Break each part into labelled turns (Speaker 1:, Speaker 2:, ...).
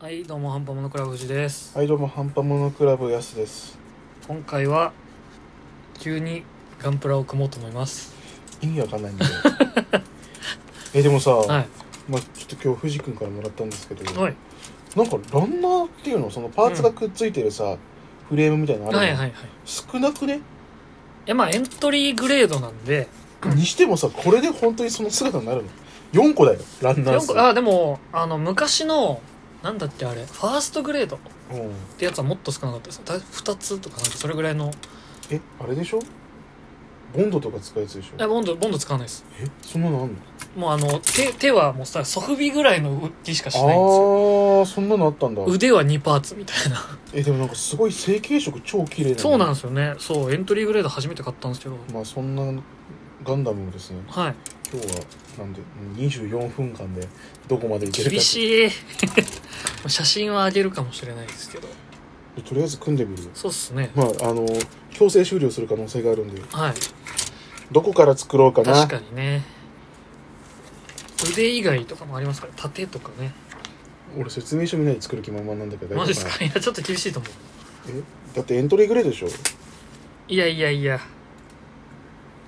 Speaker 1: はいどうもハンパモノクラブ藤です
Speaker 2: はいどうもハンパモノクラブやすです
Speaker 1: 今回は急にガンプラを組もうと思います
Speaker 2: 意味わかんない んだけどえでもさ、
Speaker 1: はい
Speaker 2: まあ、ちょっと今日藤君からもらったんですけどなんか
Speaker 1: はい
Speaker 2: ランナーっていうのそのパーツがくっついてるさ、フレームみたいなのある
Speaker 1: は
Speaker 2: の
Speaker 1: いはいはいい
Speaker 2: 少なくね、
Speaker 1: やまあエントリーグレードなんで
Speaker 2: にしてもさこれで本当にその姿になるの4個だよランナー
Speaker 1: よ
Speaker 2: 数
Speaker 1: くあでもあの昔のなんだってあれファーストグレードっ
Speaker 2: うん、
Speaker 1: てやつはもっと少なかったですだ2つとかなんかそれぐらいの
Speaker 2: えあれでしょボンドとか使うやつでし
Speaker 1: いや
Speaker 2: ょ
Speaker 1: ボンドボンド使わないです
Speaker 2: えそんなのあんの
Speaker 1: もうあの手手はもうさソフビぐらいの動きしかしないんですよ
Speaker 2: ああそんなのあったんだ
Speaker 1: 腕は2パーツみたいな
Speaker 2: えでもなんかすごい成形色超綺麗だね
Speaker 1: そうなんですよねそうエントリーグレード初めて買ったんですけど
Speaker 2: まあそんなガンダムをですね
Speaker 1: はい
Speaker 2: 今日はなんで24分間でどこまでいけるか
Speaker 1: 厳しい 写真はあげるかもしれないですけど
Speaker 2: とりあえず組んでみる
Speaker 1: そうっすね
Speaker 2: まああの強制終了する可能性があるんで
Speaker 1: はい
Speaker 2: どこから作ろうかな
Speaker 1: 確かにね腕以外とかもありますから縦とかね
Speaker 2: 俺説明書見ないで作る気満々なんだけど
Speaker 1: マジっす
Speaker 2: な
Speaker 1: かいやちょっと厳しいと思う
Speaker 2: えだってエントリーグレードでしょ
Speaker 1: いやいやいや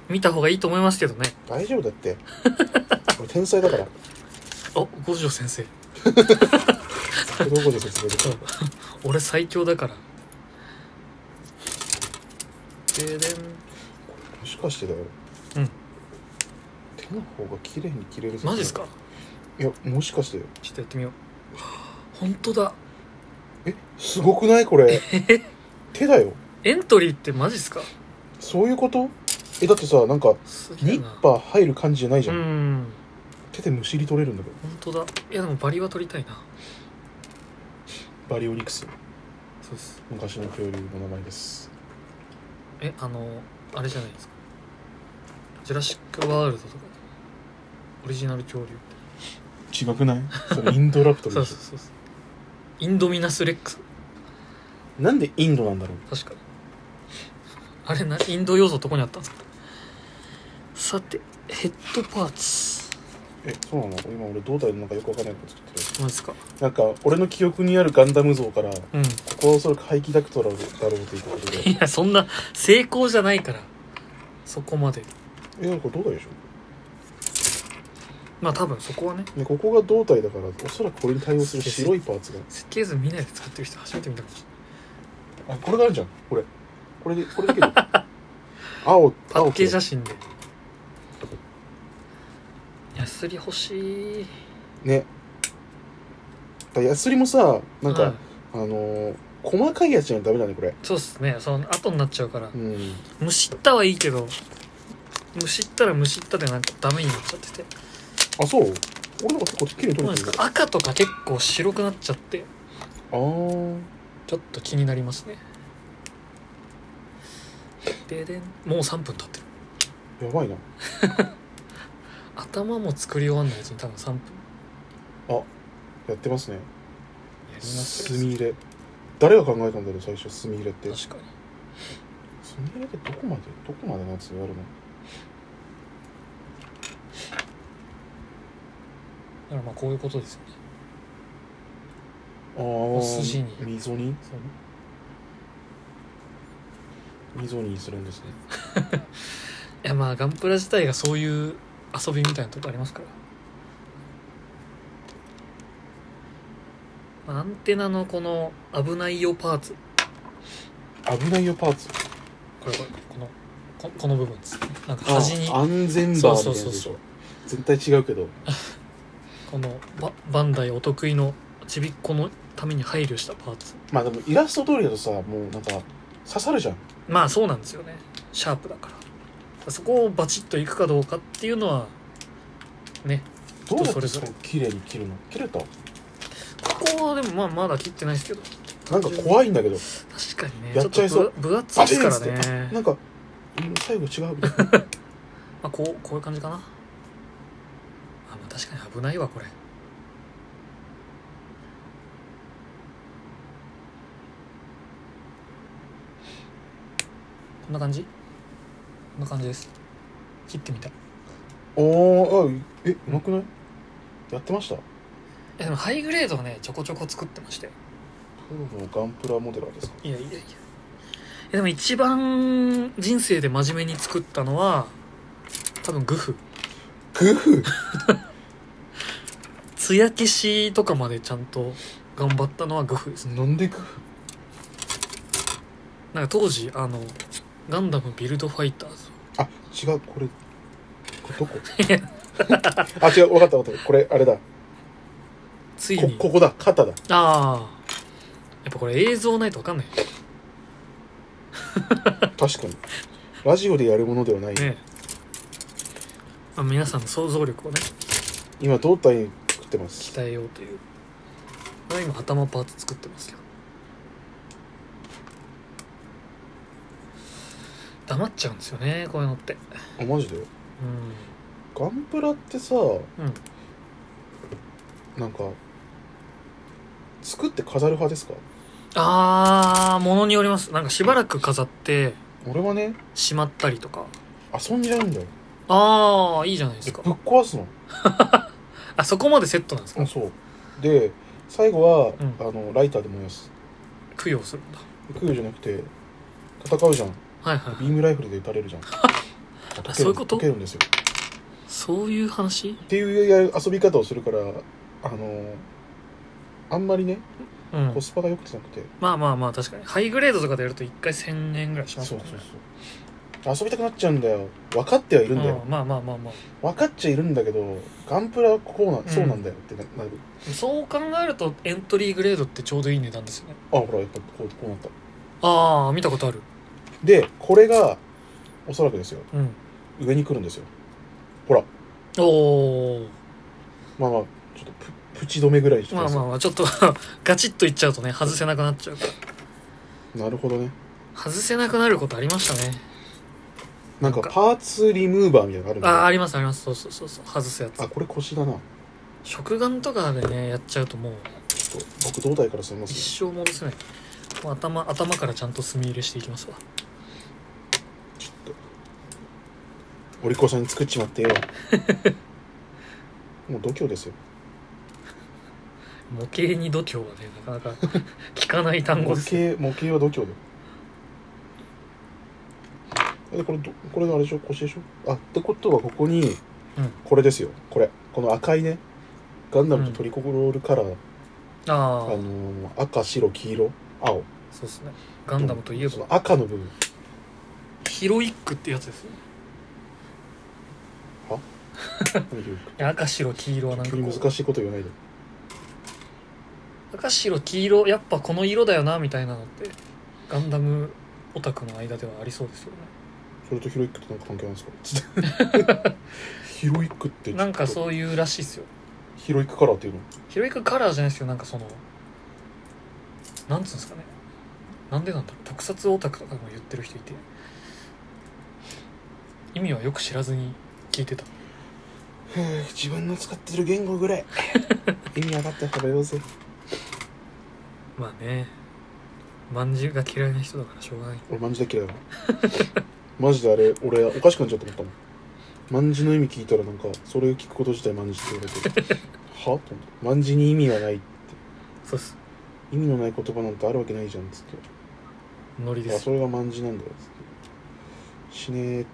Speaker 1: 見た方がいいと思いますけどね
Speaker 2: 大丈夫だって俺天才だから
Speaker 1: お五条先生
Speaker 2: どこで説明できる
Speaker 1: 俺最強だからででん
Speaker 2: もしかしてだよ
Speaker 1: うん
Speaker 2: 手の方が綺麗に切れる
Speaker 1: マジっすか
Speaker 2: いやもしかして
Speaker 1: ちょっとやってみよう本当だ
Speaker 2: えすごくないこ れ手だよ
Speaker 1: エントリーってマジっすか
Speaker 2: そういうことえだってさなんか
Speaker 1: すげえ
Speaker 2: ニ
Speaker 1: な
Speaker 2: ッパー入る感じじゃないじゃん、
Speaker 1: うん
Speaker 2: 手でむしり取れるんだけど
Speaker 1: 本当だいやでもバリは取りたいな
Speaker 2: バリオニクス
Speaker 1: そうです
Speaker 2: 昔の恐竜の名前です
Speaker 1: えあのあれじゃないですかジュラシック・ワールドとかオリジナル恐竜
Speaker 2: 違くないそれインドラプト
Speaker 1: そう
Speaker 2: ル
Speaker 1: そ
Speaker 2: で
Speaker 1: う
Speaker 2: し
Speaker 1: そうそうインドミナス・レックス
Speaker 2: ょなんでインドなんだろう
Speaker 1: 確かにあれなインド要素どこにあったんですかさてヘッドパーツ
Speaker 2: えそうなの今俺胴体のなんかよくわかんないこと作ってる
Speaker 1: マジっすか
Speaker 2: なんか俺の記憶にあるガンダム像からこ
Speaker 1: うんい
Speaker 2: こはおそらく排気ダクトだろうだろうということで
Speaker 1: やそんな成功じゃないからそこまで
Speaker 2: えなんか胴体でし
Speaker 1: まあ多分そこはね
Speaker 2: ょでここが胴体だからおそらくこれに対応する白いパーツが
Speaker 1: 設計図見ないで使ってる人初めて見たかもしれない
Speaker 2: あこれがあるじゃんこれこれでこれ だけで青
Speaker 1: パ
Speaker 2: 青
Speaker 1: ッケージ
Speaker 2: と
Speaker 1: 写真でヤスリ欲しい
Speaker 2: ねだからヤスリもさなんか、
Speaker 1: はい
Speaker 2: あのー細かいやつじゃダメだねこれ
Speaker 1: そうっすねその後になっちゃうから
Speaker 2: うん
Speaker 1: むしったはいいけどむしったらむしったでなんかダメになっちゃってて
Speaker 2: あそう俺なんか結構綺麗に
Speaker 1: どう
Speaker 2: 撮
Speaker 1: な
Speaker 2: れ
Speaker 1: んで
Speaker 2: て
Speaker 1: す
Speaker 2: る
Speaker 1: か赤とか結構白くなっちゃって
Speaker 2: あー
Speaker 1: ちょっと気になりますねででんもう3分経ってる
Speaker 2: やばいな
Speaker 1: 頭も作り終わんないうちに多分3分
Speaker 2: やってますね
Speaker 1: やりますよ
Speaker 2: 墨入れ誰が考えたんだろう最初墨入れって
Speaker 1: 確かに
Speaker 2: 墨入れってどこまでどこまでのやつやるの
Speaker 1: だからまあこういうことですよね
Speaker 2: ああ
Speaker 1: 筋に
Speaker 2: 溝に
Speaker 1: そう
Speaker 2: 溝にするんですね
Speaker 1: いやまあガンプラ自体がそういう遊びみたいなとこありますから、まあアンテナのこの危ないよパーツ
Speaker 2: 危ないよパーツ
Speaker 1: これこれこのここの部分ですねなんか端に
Speaker 2: あ安全バーみたいなやつ
Speaker 1: そうそうそ
Speaker 2: でし
Speaker 1: うそう
Speaker 2: ょ絶対違うけど
Speaker 1: このババンダイお得意のちびっこのために配慮したパーツ
Speaker 2: まあでもイラスト通りだとさもうなんか刺さるじゃん
Speaker 1: まあそうなんですよねシャープだからそこをバチッといくかどうかっていうのはね
Speaker 2: どうやっ
Speaker 1: 人それ
Speaker 2: て
Speaker 1: ぞ
Speaker 2: そ
Speaker 1: れ
Speaker 2: れ綺麗に切るの切れた
Speaker 1: ここはでもまあまだ切ってないですけど
Speaker 2: なんか怖いんだけど
Speaker 1: 確かにね
Speaker 2: やっちゃいそう
Speaker 1: ょっと分分厚いですか
Speaker 2: バ
Speaker 1: らね
Speaker 2: なんかうん最後違うみたいな
Speaker 1: まあ、こうこういう感じかなあまあ確かに危ないわこれこんな感じこんな感じです切ってみた
Speaker 2: おーあえうまくないやってました
Speaker 1: えでもハイグレードはねちょこちょこ作ってましたよ
Speaker 2: トロボガンプラモデラーですか
Speaker 1: いやいやいやえでも一番人生で真面目に作ったのは多分グフ
Speaker 2: グフ
Speaker 1: 艶消しとかまでちゃんと頑張ったのはグフですね
Speaker 2: なんでグフ
Speaker 1: なんか当時あのガンダムビルドファイターズ
Speaker 2: あ違うこれこれどこ あ違う分かった分かったこれあれだこ
Speaker 1: ついに
Speaker 2: ここだ肩だ
Speaker 1: ああやっぱこれ映像ないと分かんないね
Speaker 2: 確かにラジオでやるものではない、
Speaker 1: えまあ、皆さんの想像力をね
Speaker 2: 今胴体食ってます
Speaker 1: 鍛えようというまあ今頭パーツ作ってますけど黙っちゃうんですよねこういうのってうん
Speaker 2: あマジでガンプラってさ、なんか作って飾る派ですか
Speaker 1: ああものによりますなんかしばらく飾って
Speaker 2: 俺はね
Speaker 1: しまったりとか
Speaker 2: 遊んじゃうんだよ
Speaker 1: ああいいじゃないで
Speaker 2: え
Speaker 1: すか
Speaker 2: ぶっ壊すの
Speaker 1: あそこまでセットなんですか
Speaker 2: あそうで最後は、
Speaker 1: う
Speaker 2: あのライターで燃やす
Speaker 1: 供養するんだ
Speaker 2: 空じゃなくて戦うじゃん
Speaker 1: はいはい
Speaker 2: ビームライフルで撃たれ るじゃん溶ける
Speaker 1: そういうこと
Speaker 2: 溶けるんですよ
Speaker 1: そういう話
Speaker 2: っていうや遊び方をするからあのあんまりね
Speaker 1: うん
Speaker 2: コスパが良くてなくて、
Speaker 1: まあまあまあ確かにハイグレードとかでやると1回1000円ぐらいしますもんね
Speaker 2: そう遊びたくなっちゃうんだよ分かってはいるんだよ、
Speaker 1: うんまあまあまあまあ
Speaker 2: 分かっちゃいるんだけどガンプラこうな
Speaker 1: うん
Speaker 2: そうなんだよってな,、なる
Speaker 1: そう考えるとエントリーグレードってちょうどいい値段ですよね
Speaker 2: あほらやっぱこうこうなった
Speaker 1: ああ見たことある
Speaker 2: でこれがおそらくですよ
Speaker 1: うん
Speaker 2: 上に来るんですよ
Speaker 1: おお
Speaker 2: まあまあちょっとププチ止めぐらいにしてく
Speaker 1: ま
Speaker 2: だ
Speaker 1: あ
Speaker 2: さい、
Speaker 1: まあまあちょっと ガチッといっちゃうとね外せなくなっちゃうから
Speaker 2: なるほどね
Speaker 1: 外せなくなることありましたね
Speaker 2: なんかパーツリムーバーみたいなのあるんだよ
Speaker 1: ああありますありますそうそうそうそう外すやつ
Speaker 2: あこれ腰だな
Speaker 1: 食玩とかでねやっちゃうともう
Speaker 2: ちょっと僕胴体からすみません
Speaker 1: 一生戻せないもう頭頭からちゃんと墨入れしていきますわ
Speaker 2: ちょっとお利口さんに作っちまってよ もう度胸ですよ
Speaker 1: 模型に度胸はねなかなか 聞かない単語
Speaker 2: 模
Speaker 1: です
Speaker 2: 型模型は度胸だよでこれどこれあれでしょ腰でしょあってことはここに、
Speaker 1: うん
Speaker 2: これですよこれこの赤いねガンダムとトリコロールカラー、
Speaker 1: あ
Speaker 2: あ
Speaker 1: あ
Speaker 2: のー赤白黄色青
Speaker 1: そうですねガンダムといえ
Speaker 2: そ
Speaker 1: ば
Speaker 2: の赤の部分
Speaker 1: ヒロイックってやつですよねいや赤白黄色はなんか
Speaker 2: 急
Speaker 1: こ
Speaker 2: に
Speaker 1: う
Speaker 2: 難しいこと言わないで
Speaker 1: 赤白黄色やっぱこの色だよなみたいなのってガンダムオタクの間ではありそうですよね
Speaker 2: それとヒロイックってなんか関係ないんですかつって ヒロイックってちょっ
Speaker 1: な
Speaker 2: と
Speaker 1: んかそういうらしいですよ
Speaker 2: ヒロイックカラーっていうの
Speaker 1: ヒロイックカラーじゃないですけどなんかそのなんつうんですかねなんでなんだろう特撮オタクとかでも言ってる人いて意味はよく知らずに聞いてた
Speaker 2: ふう自分の使ってる言語ぐらい 意味上がって食べようぜ
Speaker 1: まあねまんじゅうが嫌いな人だからしょうがない
Speaker 2: 俺マンジで嫌いだなマジであれ俺おかしくなっちゃったと思ったもんマンジの意味聞いたらなんかそれを聞くこと自体マンジって言われて はと思ってマンジに意味はない
Speaker 1: そうっす
Speaker 2: 意味のない言葉なんてあるわけないじゃんっつって
Speaker 1: ノリで
Speaker 2: あ
Speaker 1: す
Speaker 2: それが卍なんだよっつって死ねーって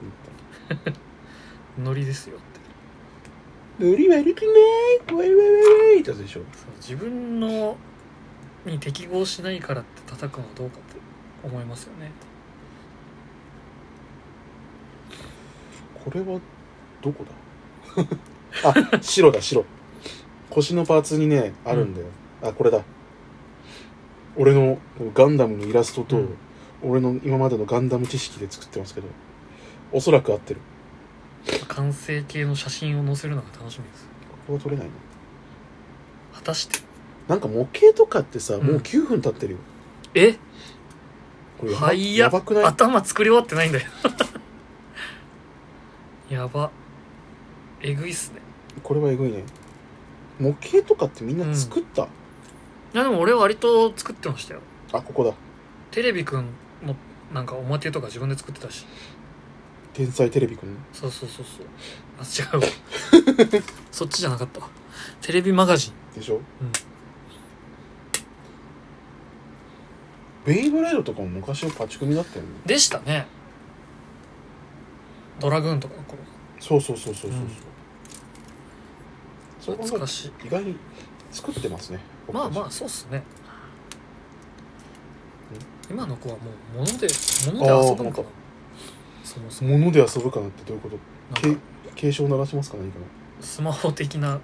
Speaker 2: 言った
Speaker 1: ノリですよって
Speaker 2: のり悪くないわいわいわいわいってやつでし
Speaker 1: そ
Speaker 2: ょ
Speaker 1: う自分のに適合しないからって叩くのはどうかって思いますよね
Speaker 2: これはどこだ あ白だ白腰のパーツにねあるんだよ、あこれだ俺のガンダムのイラストと、
Speaker 1: うん
Speaker 2: 俺の今までのガンダム知識で作ってますけどおそらく合ってる
Speaker 1: 完成形の写真を載せるのが楽しみです
Speaker 2: ここは取れないな
Speaker 1: 果たして
Speaker 2: なんか模型とかってさ、
Speaker 1: うん
Speaker 2: もう9分経ってるよ
Speaker 1: え
Speaker 2: これやば,、
Speaker 1: はいや
Speaker 2: やばくない
Speaker 1: 頭作り終わってないんだよ やばえぐいっすね
Speaker 2: これはえぐいね模型とかってみんな作った、
Speaker 1: いやでも俺割と作ってましたよ
Speaker 2: あここだ
Speaker 1: テレビくんもなんかおまけとか自分で作ってたし
Speaker 2: 天才テレビくんね
Speaker 1: そうそうそうそうあ違うわそっちじゃなかったわテレビマガジン
Speaker 2: でし
Speaker 1: う
Speaker 2: ょ
Speaker 1: ん
Speaker 2: ベイブレードとかも昔はパチ組みだったよね
Speaker 1: でしたねドラグーンとかの頃
Speaker 2: そうそうそうそうそう
Speaker 1: うん
Speaker 2: そう、そ
Speaker 1: 懐
Speaker 2: こ
Speaker 1: か
Speaker 2: が
Speaker 1: しい
Speaker 2: 意外に作ってますね
Speaker 1: まあま
Speaker 2: あ
Speaker 1: あそうっすね今の子はもう物で物で遊ぶのか
Speaker 2: あー本当
Speaker 1: なそもそも
Speaker 2: 物で遊ぶかなってどういうこと
Speaker 1: なん
Speaker 2: け
Speaker 1: か
Speaker 2: 警鐘鳴らしますか何かな
Speaker 1: スマホ的な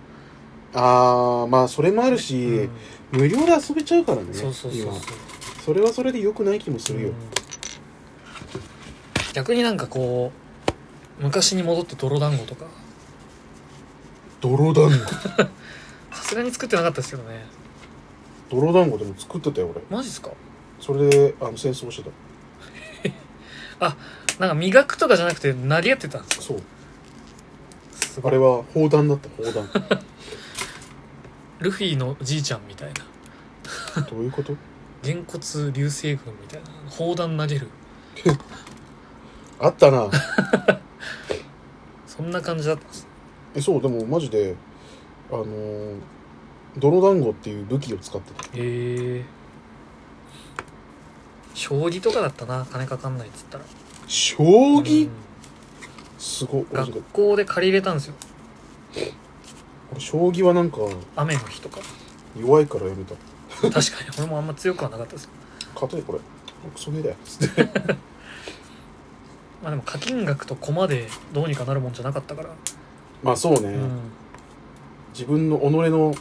Speaker 2: ああまあそれもあるし、
Speaker 1: うん
Speaker 2: 無料で遊べちゃうからね
Speaker 1: そうそうそうそう
Speaker 2: 今それはそれで良くない気もするよ、
Speaker 1: うん逆になんかこう昔に戻って泥団子とか
Speaker 2: 泥団子
Speaker 1: さすがに作ってなかったですけどね
Speaker 2: 泥団子でも作ってたよ俺
Speaker 1: マジっすか
Speaker 2: それであの戦争してた
Speaker 1: なんか磨くとかじゃなくて成り合ってたんですか
Speaker 2: そう
Speaker 1: す
Speaker 2: あ
Speaker 1: ごい
Speaker 2: れは砲弾だった砲弾
Speaker 1: ルフィのじいちゃんみたいな
Speaker 2: どういうこと
Speaker 1: げんこつ流星群みたいな砲弾投げる
Speaker 2: あったな
Speaker 1: そんな感じだったんです
Speaker 2: えそうでもマジであのー泥団子っていう武器を使ってた
Speaker 1: へえ将棋とかだったな金かかんないっつったら
Speaker 2: 将
Speaker 1: う
Speaker 2: 棋
Speaker 1: ん
Speaker 2: すごい俺
Speaker 1: 学校で借りれたんですよ
Speaker 2: 俺将棋はなんか
Speaker 1: 雨の日とか
Speaker 2: 弱いからやめた
Speaker 1: 確かに俺もあんま強くはなかったです
Speaker 2: 硬いこれクソゲ ーだよつって
Speaker 1: まあでも課金額と駒でどうにかなるもんじゃなかったから、
Speaker 2: まあそうね、
Speaker 1: うん、
Speaker 2: 自分の己の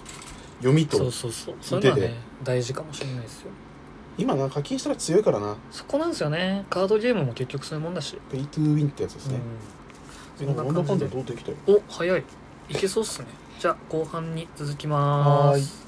Speaker 2: 読み
Speaker 1: そ
Speaker 2: と
Speaker 1: うそうそうそういうのは
Speaker 2: 手
Speaker 1: ね
Speaker 2: で
Speaker 1: 大事かもしれないですよ
Speaker 2: 今な課金したら強いからな
Speaker 1: そこなんですよねカードゲームも結局そういうもんだし、
Speaker 2: ペイトゥーウィンってやつですね、
Speaker 1: う
Speaker 2: え
Speaker 1: ん、
Speaker 2: なんか
Speaker 1: そ
Speaker 2: ワ
Speaker 1: ん
Speaker 2: ン
Speaker 1: な
Speaker 2: ダーフ
Speaker 1: 感
Speaker 2: ァン
Speaker 1: じ
Speaker 2: ダ
Speaker 1: で
Speaker 2: どうできたよ
Speaker 1: お早いいけそうっすねじゃあ後半に続きまーす